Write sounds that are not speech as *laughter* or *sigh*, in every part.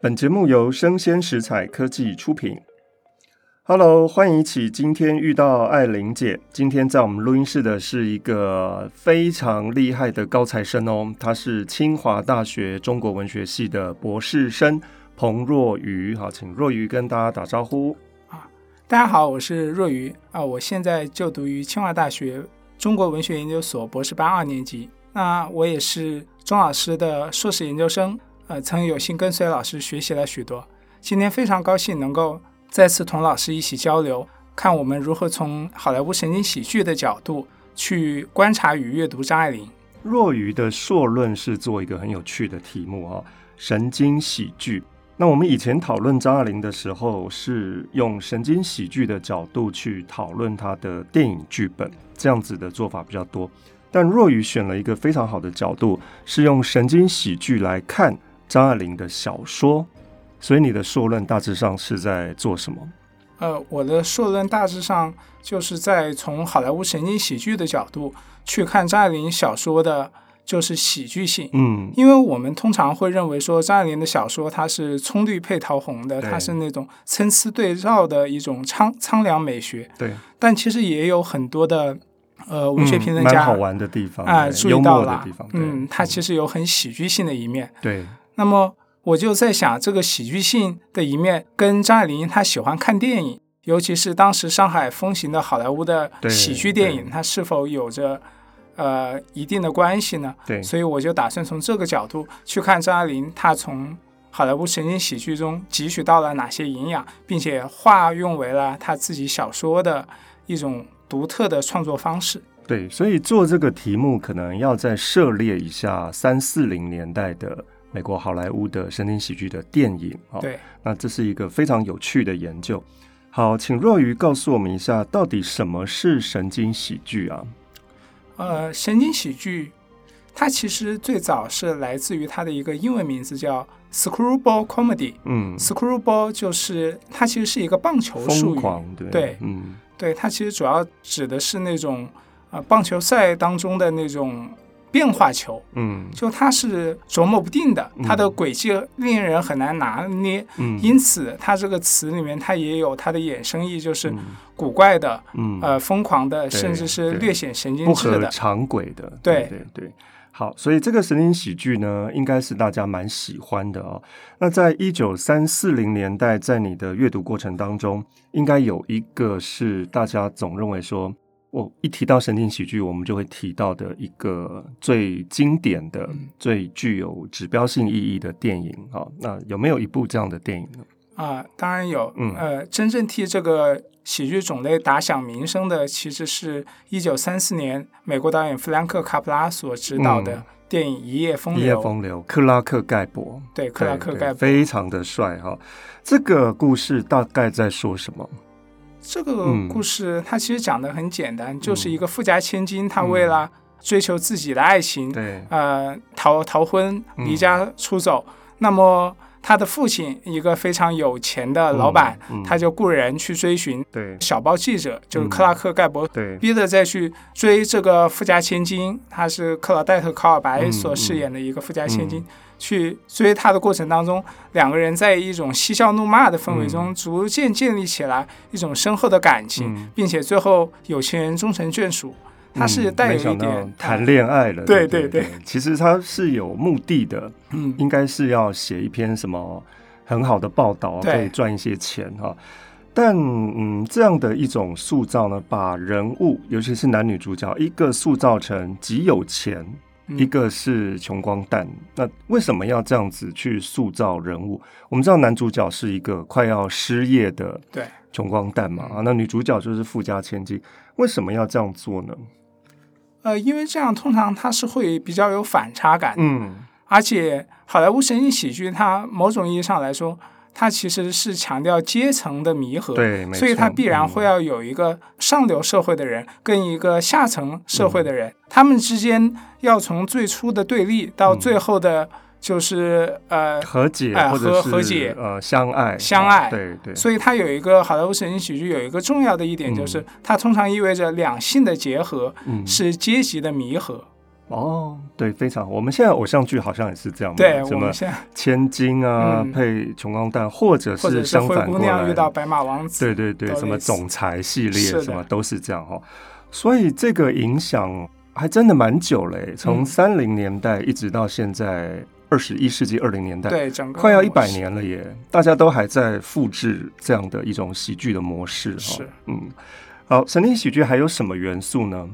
本节目由生鲜食材科技出品。Hello，欢迎一起今天遇到艾琳姐。今天在我们录音室的是一个非常厉害的高材生哦，她是清华大学中国文学系的博士生彭若愚。好，请若愚跟大家打招呼。大家好，我是若愚啊，我现在就读于清华大学中国文学研究所博士班二年级。那我也是钟老师的硕士研究生，呃，曾有幸跟随老师学习了许多。今天非常高兴能够再次同老师一起交流，看我们如何从好莱坞神经喜剧的角度去观察与阅读张爱玲。若愚的硕论是做一个很有趣的题目哦，神经喜剧。那我们以前讨论张爱玲的时候，是用神经喜剧的角度去讨论她的电影剧本，这样子的做法比较多。但若雨选了一个非常好的角度，是用神经喜剧来看张爱玲的小说。所以你的硕论大致上是在做什么？呃，我的硕论大致上就是在从好莱坞神经喜剧的角度去看张爱玲小说的，就是喜剧性。嗯，因为我们通常会认为说张爱玲的小说它是葱绿配桃红的，对它是那种参差对照的一种苍苍凉美学，对，但其实也有很多的呃文学评论嗯蛮家好玩的地方啊、对注幽意到默了的地方，，对嗯，它其实有很喜剧性的一面。对，那么我就在想，这个喜剧性的一面跟张爱玲她喜欢看电影，尤其是当时上海风行的好莱坞的对喜剧电影，对它是否有着呃一定的关系呢？对所以我就打算从这个角度去看张爱玲，她从好莱坞神经喜剧中汲取到了哪些营养，并且化用为了她自己小说的一种独特的创作方式。对，所以做这个题目可能要再涉猎一下三四零年代的美国好莱坞的神经喜剧的电影啊、哦。，对，那这是一个非常有趣的研究。好，请若愚告诉我们一下，到底什么是神经喜剧啊？呃，神经喜剧，它其实最早是来自于它的一个英文名字叫 screwball comedy。嗯， screwball 就是它其实是一个棒球术疯语，狂，对，对嗯，对，它其实主要指的是那种呃棒球赛当中的那种变化球，嗯，就它是琢磨不定的，它的嗯轨迹令人很难拿捏，嗯，因此它这个词里面它也有它的衍生意，就是嗯古怪的、嗯呃疯狂的，甚对至是对略显神经不质合的。常轨的。对对对。好，所以这个神经喜剧呢，应该是大家蛮喜欢的哦。那在一九三四零年代，在你的阅读过程当中，应该有一个是大家总认为说，我、一提到神经喜剧，我们就会提到的一个最经典的、嗯最具有指标性意义的电影啊、哦。那有没有一部这样的电影呢？啊、当然有，嗯呃，真正替这个喜剧种类打响名声的，其实是一九三四年美国导演弗兰克·卡普拉所执导嗯的电影《一夜风一夜流》，风流，克拉克盖博，对，克拉克·对对盖博。非常的帅哈、这个故事大概在说什么？这个嗯故事它其实讲的很简单，就是嗯一个富家千金，她嗯为了追求自己的爱情，对，呃，逃逃婚，嗯离家出走。那么她的父亲，一个非常有钱的老板，嗯嗯他就雇人去追寻对小报记者，就是嗯克拉克·盖博对，逼着再去追这个富家千金，他是克劳戴特·考尔白嗯所饰演的一个富家千金。嗯去追她的过程当中，两个人在一种嬉笑怒骂的氛围中，逐渐建立起来一种深厚的感情，嗯并且最后有钱人终成眷属。他是带嗯有一没想点到谈恋爱了，对对对对其实他是有目的的，嗯应该是要写一篇什么很好的报道，对可以赚一些钱哈。但嗯，这样的一种塑造呢，把人物，尤其是男女主角，一个塑造成极有钱，嗯一个是穷光蛋。那为什么要这样子去塑造人物？我们知道男主角是一个快要失业的对嗯穷光蛋嘛，啊，那女主角就是富家千金，为什么要这样做呢？呃，因为这样通常它是会比较有反差感的，嗯，而且好莱坞神经喜剧，它某种意义上来说，它其实是强调阶层的弥合，对没所以它错必然嗯会要有一个上流社会的人跟一个下层社会的嗯人，他们之间要从最初的对立嗯到最后的，就是、呃。和解、哎或者和是和解呃相爱相啊爱对对，所以它有一个好莱坞神经喜剧有一个重要的一点，就是、它通常意味着两性的结合嗯嗯是阶级的弥合。哦，对，非常。我们现在偶像剧好像也是这样嘛，对，什我么们现在千金啊、嗯配穷光蛋，或者或者是是相灰反姑过来娘遇到的，白马王子，对对对，都什么类似总裁系列是的什么都是这样哈、哦。所以这个影响还真的蛮久了诶，从嗯三零年代一直到现在二十一世纪二零年代，对，整个快要一模百式年了耶，大家都还在复制这样的一种喜剧的模式哈。是嗯，好，神灵喜剧还有什么元素呢？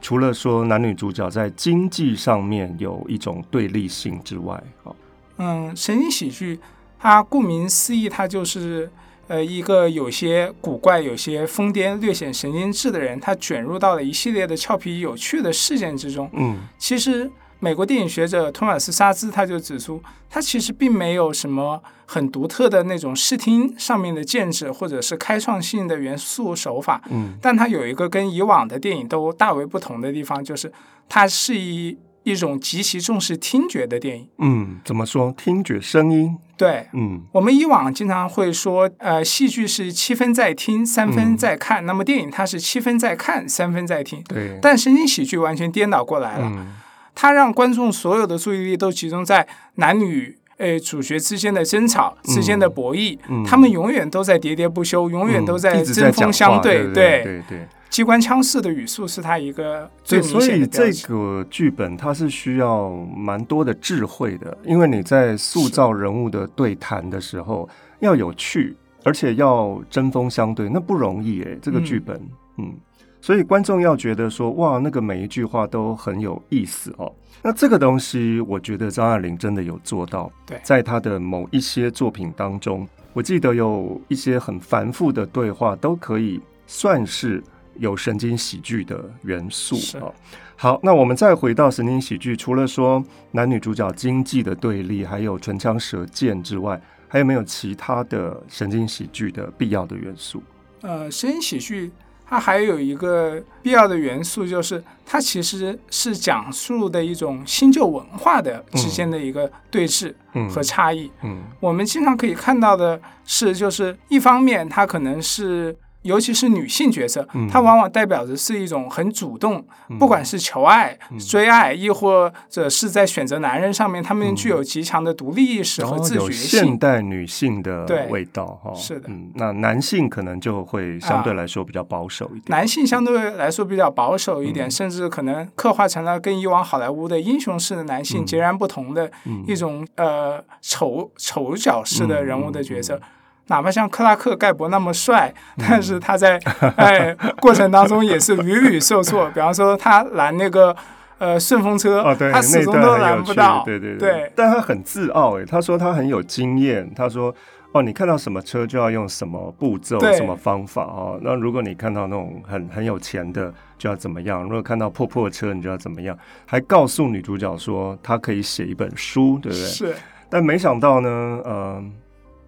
除了说男女主角在经济上面有一种对立性之外，好，嗯，神经喜剧，它顾名思义，它就是呃一个有些古怪、有些疯癫、略显神经质的人，他卷入到了一系列的俏皮有趣的事件之中。嗯其实，美国电影学者托马斯·沙兹他就指出，他其实并没有什么很独特的那种视听上面的见解，或者是开创性的元素手法，嗯但它有一个跟以往的电影都大为不同的地方，就是它是一一种极其重视听觉的电影。嗯，怎么说？听觉、声音，对，嗯我们以往经常会说，呃，戏剧是七分在听，三分在看。那么电影它是七分在看，三分在听。对，但神经喜剧完全颠倒过来了，嗯它让观众所有的注意力都集中在男女。呃，主角之间的争吵，之间的博弈，嗯他们永远都在喋喋不休，永远都嗯一直在针锋讲相话对对对对。机关枪式的语速是它一个最对，明所显以的标这志。个剧本它是需要蛮多的智慧的，因为你在塑造人物的对谈的时候要有趣，而且要针锋相对，那不容易诶、这个嗯剧本，嗯所以观众要觉得说哇，那个每一句话都很有意思哦。那这个东西，我觉得张爱玲真的有做到，对在她的某一些作品当中，我记得有一些很繁复的对话都可以算是有神经喜剧的元素是哦。好，那我们再回到神经喜剧，除了说男女主角经济的对立，还有唇枪舌剑之外，还有没有其他的神经喜剧的必要的元素？呃，声音喜剧它还有一个必要的元素，就是它其实是讲述的一种新旧文化的之间的一个对峙嗯和差异。嗯我们经常可以看到的是，就是一方面它可能是。尤其是女性角色，嗯它往往代表着是一种很主动，不管是求爱、嗯追爱，亦或者是在选择男人上面，他们具有极强的独立意识嗯然和后自有觉性现。代女性的对味道哈，是的嗯，那男性可能就会相对啊来说比较保守一点，男性相对来说比较保守一嗯点，甚至可能刻画成了跟以往好莱坞的英雄式的男嗯性截然不同的一种、呃丑丑角式嗯的人物的角色。哪怕像克拉克·盖博那么帅，嗯但是 *laughs* 他在哎过程当中也是屡屡受挫。比方说，他拦那个呃顺风车，哦，对，他始那终段都很有拦不趣到。对对对但他很自傲欸诶，他说他很有经验，他说哦，你看到什么车就要用什么步骤、对什么方法哦。那如果你看到那种很很有钱的，就要怎么样；如果看到破破车，你就要怎么样。还告诉女主角说他可以写一本书，对不对？是但没想到呢，呃，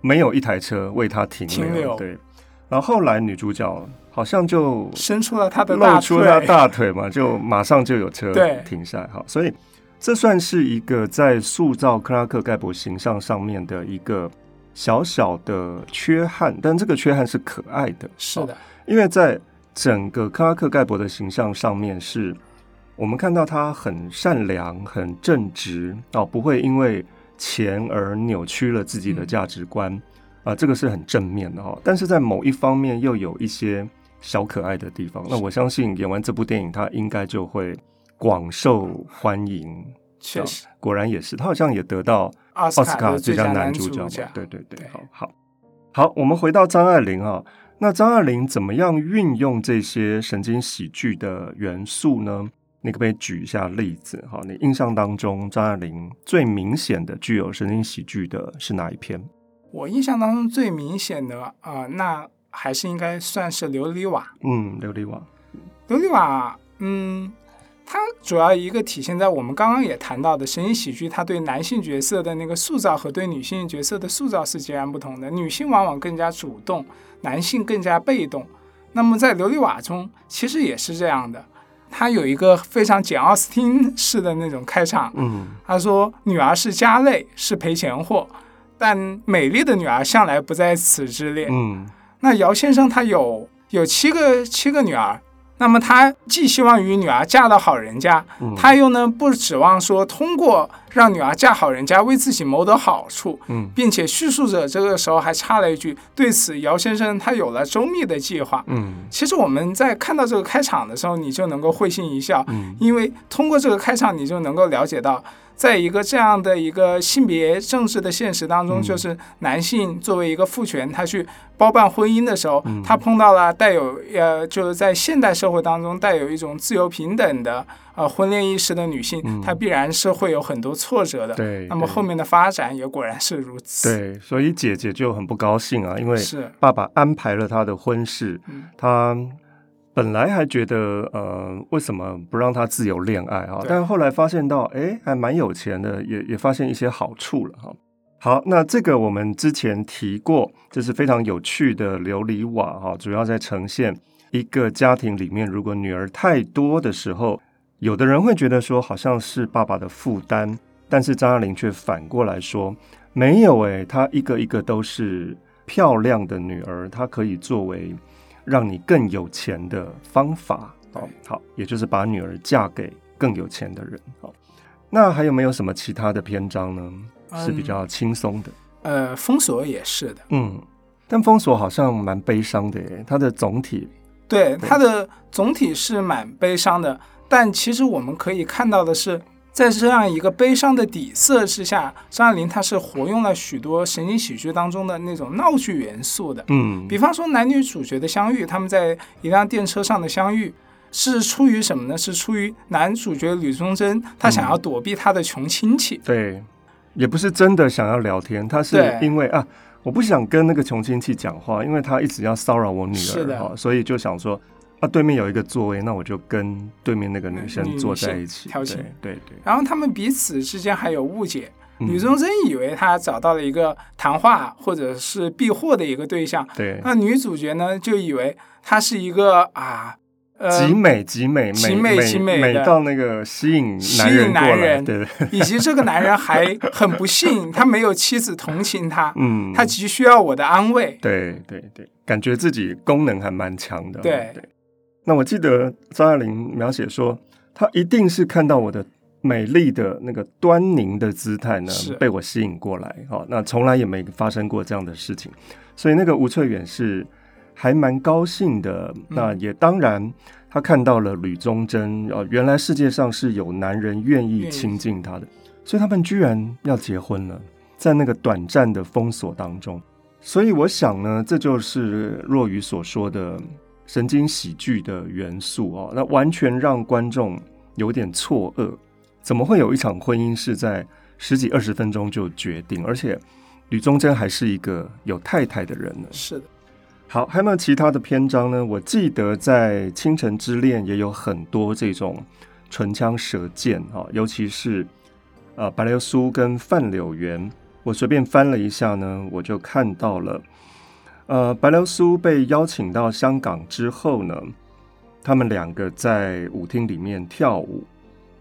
没有一台车为他停留。停留对，然后后来女主角好像就伸出了他的大露腿，出他大腿嘛，就马上就有车对停下来。好，所以这算是一个在塑造克拉克盖博形象上面的一个小小的缺憾，但这个缺憾是可爱的。是的，因为在整个克拉克盖博的形象上面是，我们看到他很善良、很正直哦，不会因为钱而扭曲了自己的价值观啊、这个是很正面的哦。但是在某一方面又有一些小可爱的地方。那我相信演完这部电影，他应该就会广受欢迎。确实。果然也是，他好像也得到奥奥斯斯卡卡的最最佳佳男男主角角嘛，，对对对，对好好好，我们回到张爱玲啊，那张爱玲怎么样运用这些神经喜剧的元素呢？你可不可以举一下例子？哈，你印象当中张爱玲最明显的具有神经喜剧的是哪一篇？我印象当中最明显的啊、呃那还是应该算是琉璃瓦。嗯，琉璃瓦，琉璃瓦，嗯，它主要一个体现在我们刚刚也谈到的神医喜剧，它对男性角色的那个塑造和对女性角色的塑造是截然不同的。女性往往更加主动，男性更加被动。那么在琉璃瓦中，其实也是这样的。它有一个非常简奥斯汀式的那种开场，嗯他说：“女儿是家累，是赔钱货，但美丽的女儿向来不在此之列。嗯那姚先生他有有七个七个女儿，那么他寄希望于女儿嫁到好人家，嗯他又呢不指望说通过让女儿嫁好人家为自己谋得好处，嗯并且叙述者这个时候还插了一句：“对此，姚先生他有了周密的计划。”嗯其实我们在看到这个开场的时候，你就能够会心一笑，嗯因为通过这个开场，你就能够了解到，在一个这样的一个性别政治的现实当中，嗯就是男性作为一个父权，他去包办婚姻的时候，嗯他碰到了带有呃，就是在现代社会当中带有一种自由平等的呃婚恋意识的女性，嗯她必然是会有很多挫折的。对。那么对后面的发展也果然是如此。对，所以姐姐就很不高兴啊，因为是，爸爸安排了他的婚事，嗯，他本来还觉得呃，为什么不让他自由恋爱啊？对但后来发现到，哎，还蛮有钱的，也也发现一些好处了哈。好，那这个我们之前提过，这是非常有趣的琉璃瓦哈，主要在呈现一个家庭里面，如果女儿太多的时候，有的人会觉得说好像是爸爸的负担，但是张爱玲却反过来说，没有诶、她一个一个都是漂亮的女儿，她可以作为让你更有钱的方法。哦，好，也就是把女儿嫁给更有钱的人。好，那还有没有什么其他的篇章呢？是比较轻松的。呃，封锁也是的。嗯，但封锁好像蛮悲伤的耶，它的总体，对，它的总体是蛮悲伤的，但其实我们可以看到的是，在这样一个悲伤的底色之下，张爱玲她是活用了许多神经喜剧当中的那种闹剧元素的。嗯比方说男女主角的相遇，他们在一辆电车上的相遇。是出于什么呢？是出于男主角吕宗桢他想嗯要躲避他的穷亲戚，对，也不是真的想要聊天，他是对因为啊，我不想跟那个穷亲戚讲话，因为他一直要骚扰我女是儿的哈、所以就想说啊，对面有一个座位，那我就跟对面那个女女生嗯女坐在性一起，调情对对对，然后他们彼此之间还有误解。嗯吕宗桢以为他找到了一个谈话或者是避祸的一个对象，对，那女主角呢，就以为她是一个啊，呃极，美极美，极美美极美美的到那个吸引吸男引人过男来，人对对，以及这个男人还很不幸，他没有妻子同情他，嗯，他急需要我的安慰。对对对，感觉自己功能还蛮强的。对那我记得张爱玲描写说，她一定是看到我的美丽的那个端凝的姿态呢是，被我吸引过来。哦，那从来也没发生过这样的事情，所以那个吴翠远是还蛮高兴的。嗯那也当然，她看到了吕宗桢，哦，原来世界上是有男人愿愿意意亲近她的，所以他们居然要结婚了，在那个短暂的封锁当中。所以我想呢，这就是若愚所说的神经喜剧的元素哦，那完全让观众有点错愕，怎么会有一场婚姻是在十几二十分钟就决定，而且吕宗桢还是一个有太太的人呢？是的，好，还有没有其他的篇章呢？我记得在《倾城之恋》也有很多这种唇枪舌剑啊、哦，尤其是呃白流苏跟范柳原，我随便翻了一下呢，我就看到了，呃，白流苏被邀请到香港之后呢，他们两个在舞厅里面跳舞。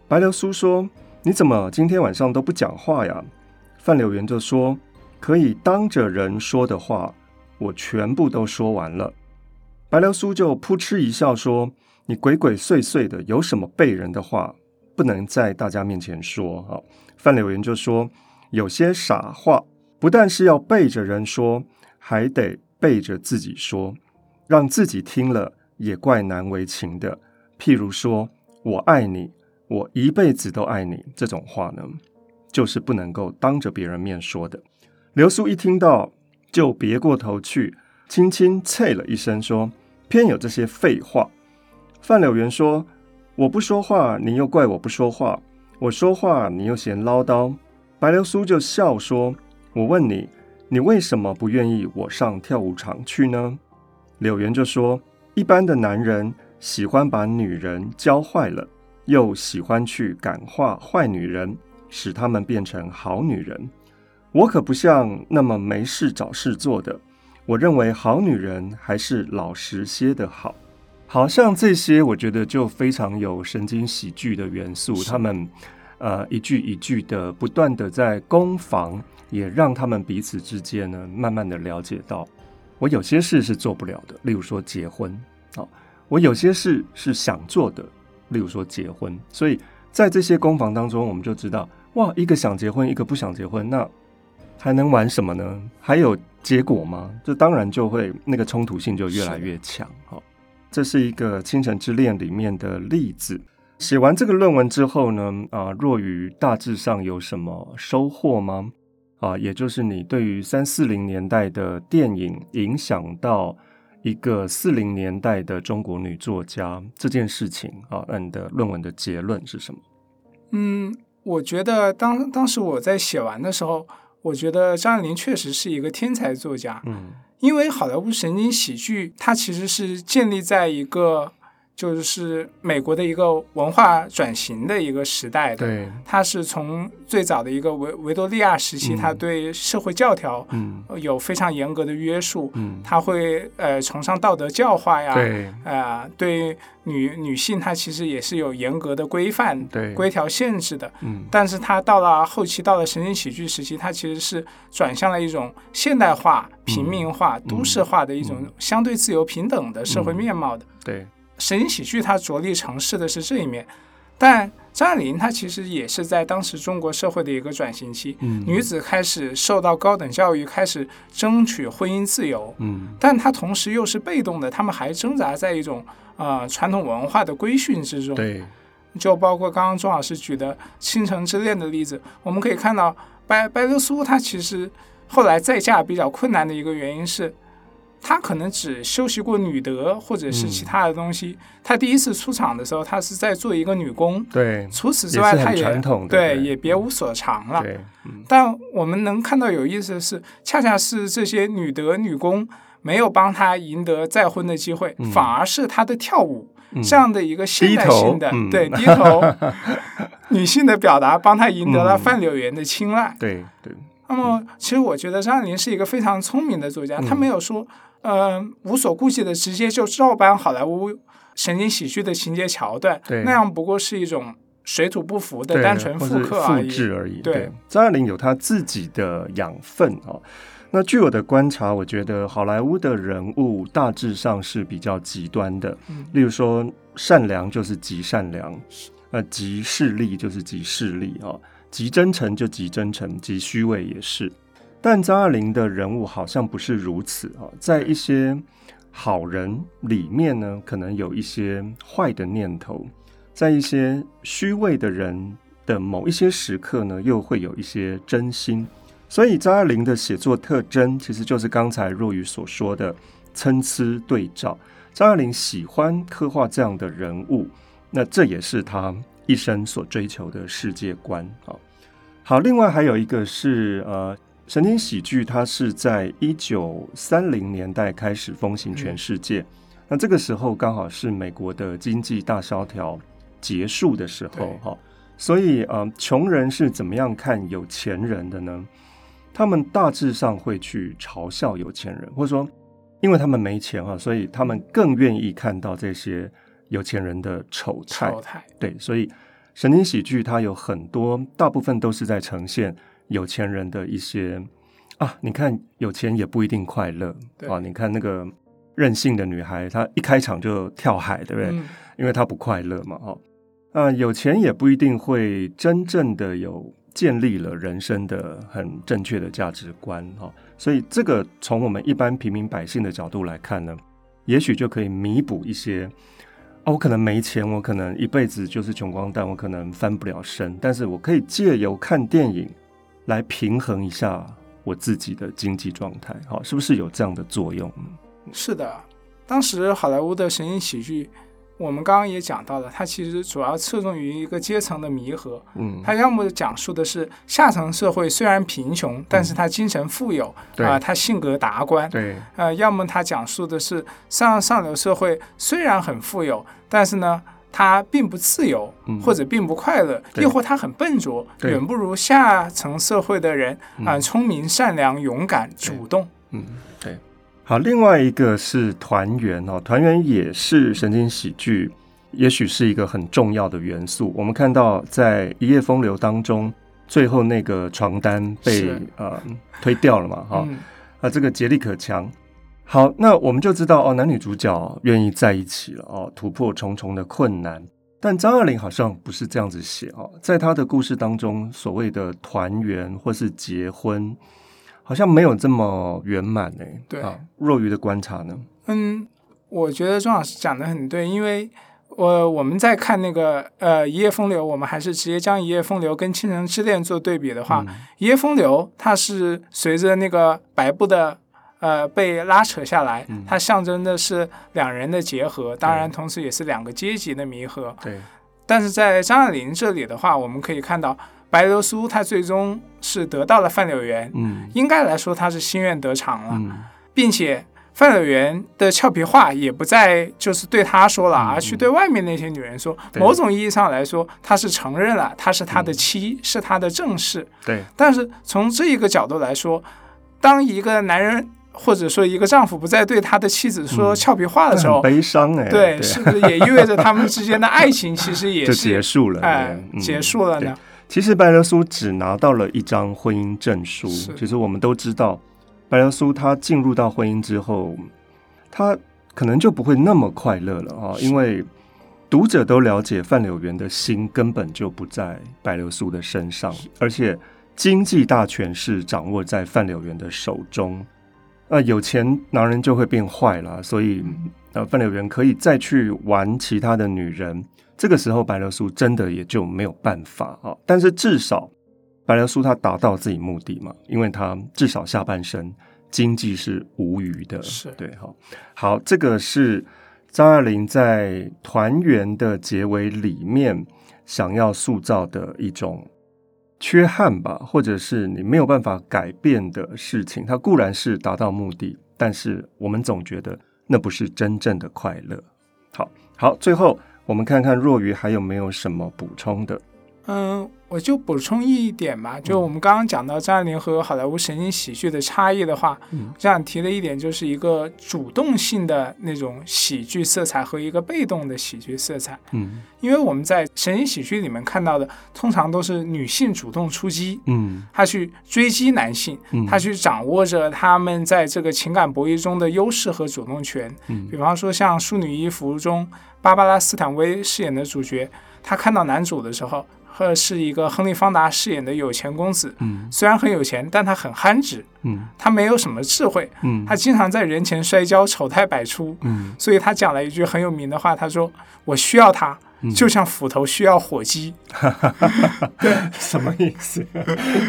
白流苏说：“你怎么今天晚上都不讲话呀？”范柳原就说：“可以当着人说的话，我全部都说完了。”白流苏就扑哧一笑说：“你鬼鬼祟祟的，有什么背人的话，不能在大家面前说啊？”范柳原就说：“有些傻话，不但是要背着人说，还得背着自己说，让自己听了也怪难为情的。譬如说‘我爱你’，‘我一辈子都爱你’这种话呢，就是不能够当着别人面说的。”刘叔一听到，就别过头去，轻轻啐了一声，说：“偏有这些废话。”范柳原说：“我不说话，你又怪我不说话；我说话，你又嫌唠叨。”白流苏就笑说：“我问你，你为什么不愿意我上跳舞场去呢？”柳原就说：“一般的男人喜欢把女人教坏了，又喜欢去感化坏女人，使她们变成好女人。我可不像那么没事找事做的。我认为好女人还是老实些的好。”好像这些，我觉得就非常有神经喜剧的元素。是他们呃一句一句的不断的在攻防，也让他们彼此之间呢慢慢的了解到，我有些事是做不了的，例如说结婚啊、哦我有些事是想做的，例如说结婚。所以在这些攻防当中，我们就知道，哇，一个想结婚，一个不想结婚，那还能玩什么呢？还有结果吗？这当然就会那个冲突性就越来越强。哈、哦，这是一个《倾城之恋》里面的例子。写完这个论文之后呢，啊、呃，若愚大致上有什么收获吗？啊、呃，也就是你对于三四零年代的电影影响到一个四零年代的中国女作家这件事情啊，那、呃、你的论文的结论是什么？嗯，我觉得当当时我在写完的时候，我觉得张爱玲确实是一个天才作家。嗯，因为好莱坞神经喜剧它其实是建立在一个。就是美国的一个文化转型的一个时代的，对，它是从最早的一个维维多利亚时期，嗯它对社会教条嗯有非常严格的约束，嗯，它会呃崇尚道德教化呀，对嗯啊、对女女性她其实也是有严格的规范、对规条限制的。嗯但是它到了后期，到了神经喜剧时期，它其实是转向了一种现代化、嗯平民化、都市化的一种相对自由平等的社会嗯面貌的。对神经喜剧它着力尝试的是这一面，但张爱玲她其实也是在当时中国社会的一个转型期，嗯女子开始受到高等教育，开始争取婚姻自由，嗯但她同时又是被动的，她们还挣扎在一种呃传统文化的规训之中。对就包括刚刚钟老师举的《倾城之恋》的例子，我们可以看到白白流苏她其实后来再嫁比较困难的一个原因是，她可能只修习过女德或者嗯是其他的东西。她第一次出场的时候，她是在做一个女工，对除此之外，也是很她也传统的对对也别无所长了。对嗯但我们能看到有意思的是，恰恰是这些女德女工没有帮她赢得再婚的机会，嗯反而是她的跳舞。嗯这样的一个现代性的低头嗯 *laughs* 对低头女性的表达，帮她赢得了嗯范柳原的青睐。对对那么，其实我觉得张爱玲是一个非常聪明的作家，嗯她没有说呃无所顾忌的直接就照搬好莱坞神经喜剧的情节桥段对，那样不过是一种水土不服的对单纯或复是刻而复已。制而已。对，张爱玲有她自己的养分哦。那据我的观察，我觉得好莱坞的人物大致上是比较极端的，嗯例如说善良就是极善良，呃，极势利就是极势利哦，极真诚就极真诚，极虚伪也是。但张爱玲的人物好像不是如此哦，在一些好人里面呢，可能有一些坏的念头，在一些虚伪的人的某一些时刻呢，又会有一些真心。所以张爱玲的写作特征，其实就是刚才若愚所说的参差对照。张爱玲喜欢刻画这样的人物，那这也是她一生所追求的世界观。好，好，另外还有一个是呃，神经喜剧，它是在一九三零年代开始风行全世界。那这个时候刚好是美国的经济大萧条结束的时候对，哈、所以呃，穷人是怎么样看有钱人的呢？他们大致上会去嘲笑有钱人，或者说，因为他们没钱啊，所以他们更愿意看到这些有钱人的丑态。丑态，对，所以神经喜剧它有很多，大部分都是在呈现有钱人的一些啊，你看有钱也不一定快乐对啊，你看那个任性的女孩，她一开场就跳海，对不对？嗯，因为她不快乐嘛，哦，啊，有钱也不一定会真正的有建立了人生的很正确的价值观，哦，所以这个从我们一般平民百姓的角度来看呢，也许就可以弥补一些。哦，我可能没钱，我可能一辈子就是穷光蛋，我可能翻不了身，但是我可以借由看电影来平衡一下我自己的经济状态，好、是不是有这样的作用？是的，当时好莱坞的神经喜剧，我们刚刚也讲到了，它其实主要侧重于一个阶层的弥合。嗯，它要么讲述的是下层社会虽然贫穷，但是他精神富有，啊、嗯对他性格达观。对呃，要么他讲述的是上上流社会虽然很富有，但是呢，他并不自由，嗯或者并不快乐，对亦或他很笨拙，对远不如下层社会的人啊、嗯聪明、善良、勇敢、主动。嗯，对。好，另外一个是团圆哦，团圆也是神经喜剧，也许是一个很重要的元素。我们看到在《一夜风流》当中，最后那个床单被是呃推掉了嘛，哈、嗯，啊，这个杰利可强，好，那我们就知道哦，男女主角愿意在一起了哦，突破重重的困难。但张爱玲好像不是这样子写哦，在她的故事当中，所谓的团圆或是结婚，好像没有这么圆满呢。对啊，若愚的观察呢？嗯，我觉得庄老师讲的很对，因为呃我我们在看那个呃《一夜风流》，我们还是直接将《一夜风流》跟《倾城之恋》做对比的话，一夜风流》它是随着那个白布的呃被拉扯下来，它象征的是两人的结合，当然同时也是两个阶级的弥合。对，但是在张爱玲这里的话，我们可以看到白流苏她最终是得到了范柳园，嗯应该来说她是心愿得偿了。嗯，并且范柳园的俏皮话也不再就是对他说了，而去对外面那些女人说。嗯对某种意义上来说，他是承认了她是他的妻，是他的正室。对，但是从这一个角度来说，当一个男人或者说一个丈夫不再对他的妻子说嗯俏皮话的时那很候，悲伤哎， *laughs* 对，是不是也意味着他们之间的爱情其实也就结是束了，哎对嗯结束了对呢？其实白流苏只拿到了一张婚姻证书是。其实我们都知道，白流苏她进入到婚姻之后，她可能就不会那么快乐了啊、因为读者都了解范柳园的心根本就不在白流苏的身上，而且经济大权是掌握在范柳园的手中。那、有钱男人就会变坏了，所以呃，范柳园可以再去玩其他的女人。这个时候，白流苏真的也就没有办法啊。但是至少，白流苏她达到自己目的嘛，因为她至少下半生经济是无余的。是对，好，好，这个是张爱玲在《团圆》的结尾里面想要塑造的一种缺憾吧，或者是你没有办法改变的事情。它固然是达到目的，但是我们总觉得那不是真正的快乐。好好，最后我们看看若愚还有没有什么补充的。嗯，我就补充一点吧，就我们刚刚讲到张爱玲和好莱坞神经喜剧的差异的话，嗯这样提了一点，就是一个主动性的那种喜剧色彩和一个被动的喜剧色彩。嗯因为我们在神经喜剧里面看到的，通常都是女性主动出击，嗯她去追击男性，嗯她去掌握着他们在这个情感博弈中的优势和主动权。嗯比方说像《淑女一服》中，芭芭拉·斯坦威饰演的主角，她看到男主的时候，和是一个亨利·方达饰演的有钱公子，嗯虽然很有钱，但他很憨直，嗯他没有什么智慧，嗯他经常在人前摔跤，丑态百出。嗯 *laughs* 所以他讲了一句很有名的话，他说：“我需要他，嗯就像斧头需要火鸡。什么意思？ *laughs*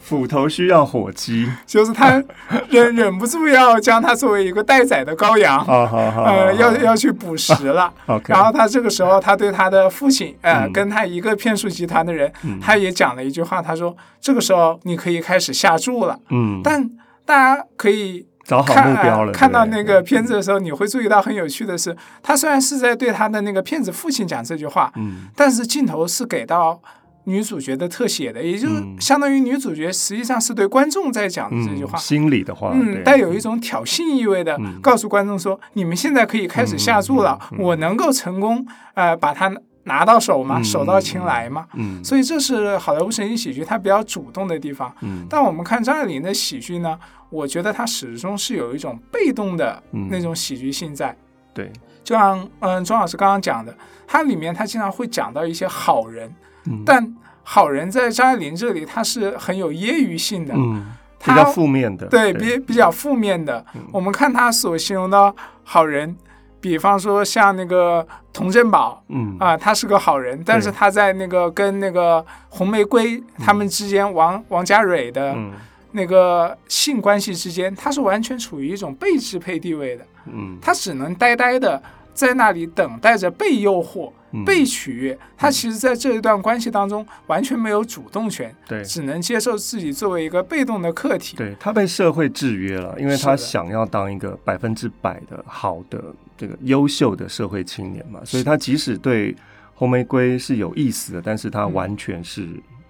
斧头需要火鸡就是他忍忍不住要将他作为一个待宰的羔羊，啊！好好，呃，要要去捕食了。 OK，然后他这个时候，他对他的父亲，呃，嗯跟他一个骗术集团的人，他也讲了一句话，他说：“这个时候你可以开始下注了。嗯，”但大家可以找好看目标呃了，看到对那不对个片子的时候，你会注意到很有趣的是，他虽然是在对他的那个骗子父亲讲这句话，嗯但是镜头是给到女主角的特写的，也就是嗯相当于女主角实际上是对观众在讲的这句话嗯、。心里的话，对嗯，带有一种挑衅意味的，嗯告诉观众说：“你们现在可以开始下注了，嗯嗯嗯我能够成功，呃，把它拿到手吗？嗯手到擒来吗？”嗯，所以这是好莱坞神经喜剧它比较主动的地方。嗯但我们看张爱玲的喜剧呢，我觉得她始终是有一种被动的嗯那种喜剧性在。对，就像嗯庄老师刚刚讲的，它里面他经常会讲到一些好人，嗯但好人在张爱玲这里他是很有揶揄性的，嗯比他较负面的，对比比较负面的。嗯我们看他所形容的好人，比方说像那个佟振宝。嗯啊、他是个好人，但是他在那个跟那个红玫瑰他们之间王，王、家蕊的嗯那个性关系之间，他是完全处于一种被支配地位的。嗯他只能呆呆的在那里等待着被诱惑、嗯被取悦。他其实在这一段关系当中完全没有主动权，对只能接受自己作为一个被动的客体。对，他被社会制约了，因为是他的想要当一个百分之百的好的这个优秀的社会青年嘛，所以他即使对红玫瑰是有意思的，但是他嗯完全是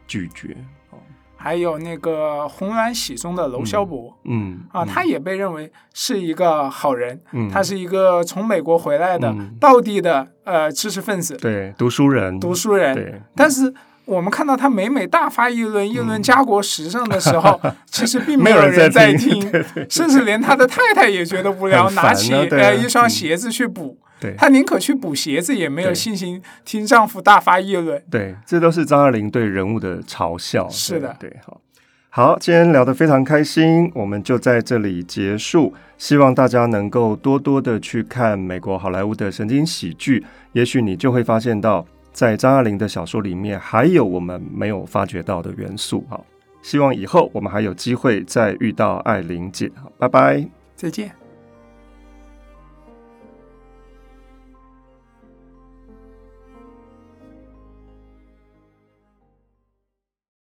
拒绝。哦还有那个《红鸾喜》中的娄萧伯。嗯啊，嗯他也被认为是一个好人，嗯他是一个从美国回来的、嗯道地的呃知识分子、对读书人，读书人，对，但是我们看到他每每大发议论、议论家国时尚的 *laughs* 时候，其实并没嗯有人在听，对对甚至连他的太太也觉得无聊，很烦啊拿起对啊呃一双嗯鞋子去补。对她宁可去补鞋子，也没有对信心听丈夫大发议论。对，这都是张爱玲对人物的嘲笑。是对的对，好，好，今天聊得非常开心，我们就在这里结束。希望大家能够多多的去看美国好莱坞的神经喜剧，也许你就会发现到，在张爱玲的小说里面还有我们没有发掘到的元素。好，希望以后我们还有机会再遇到艾琳姐。好，拜拜。再见。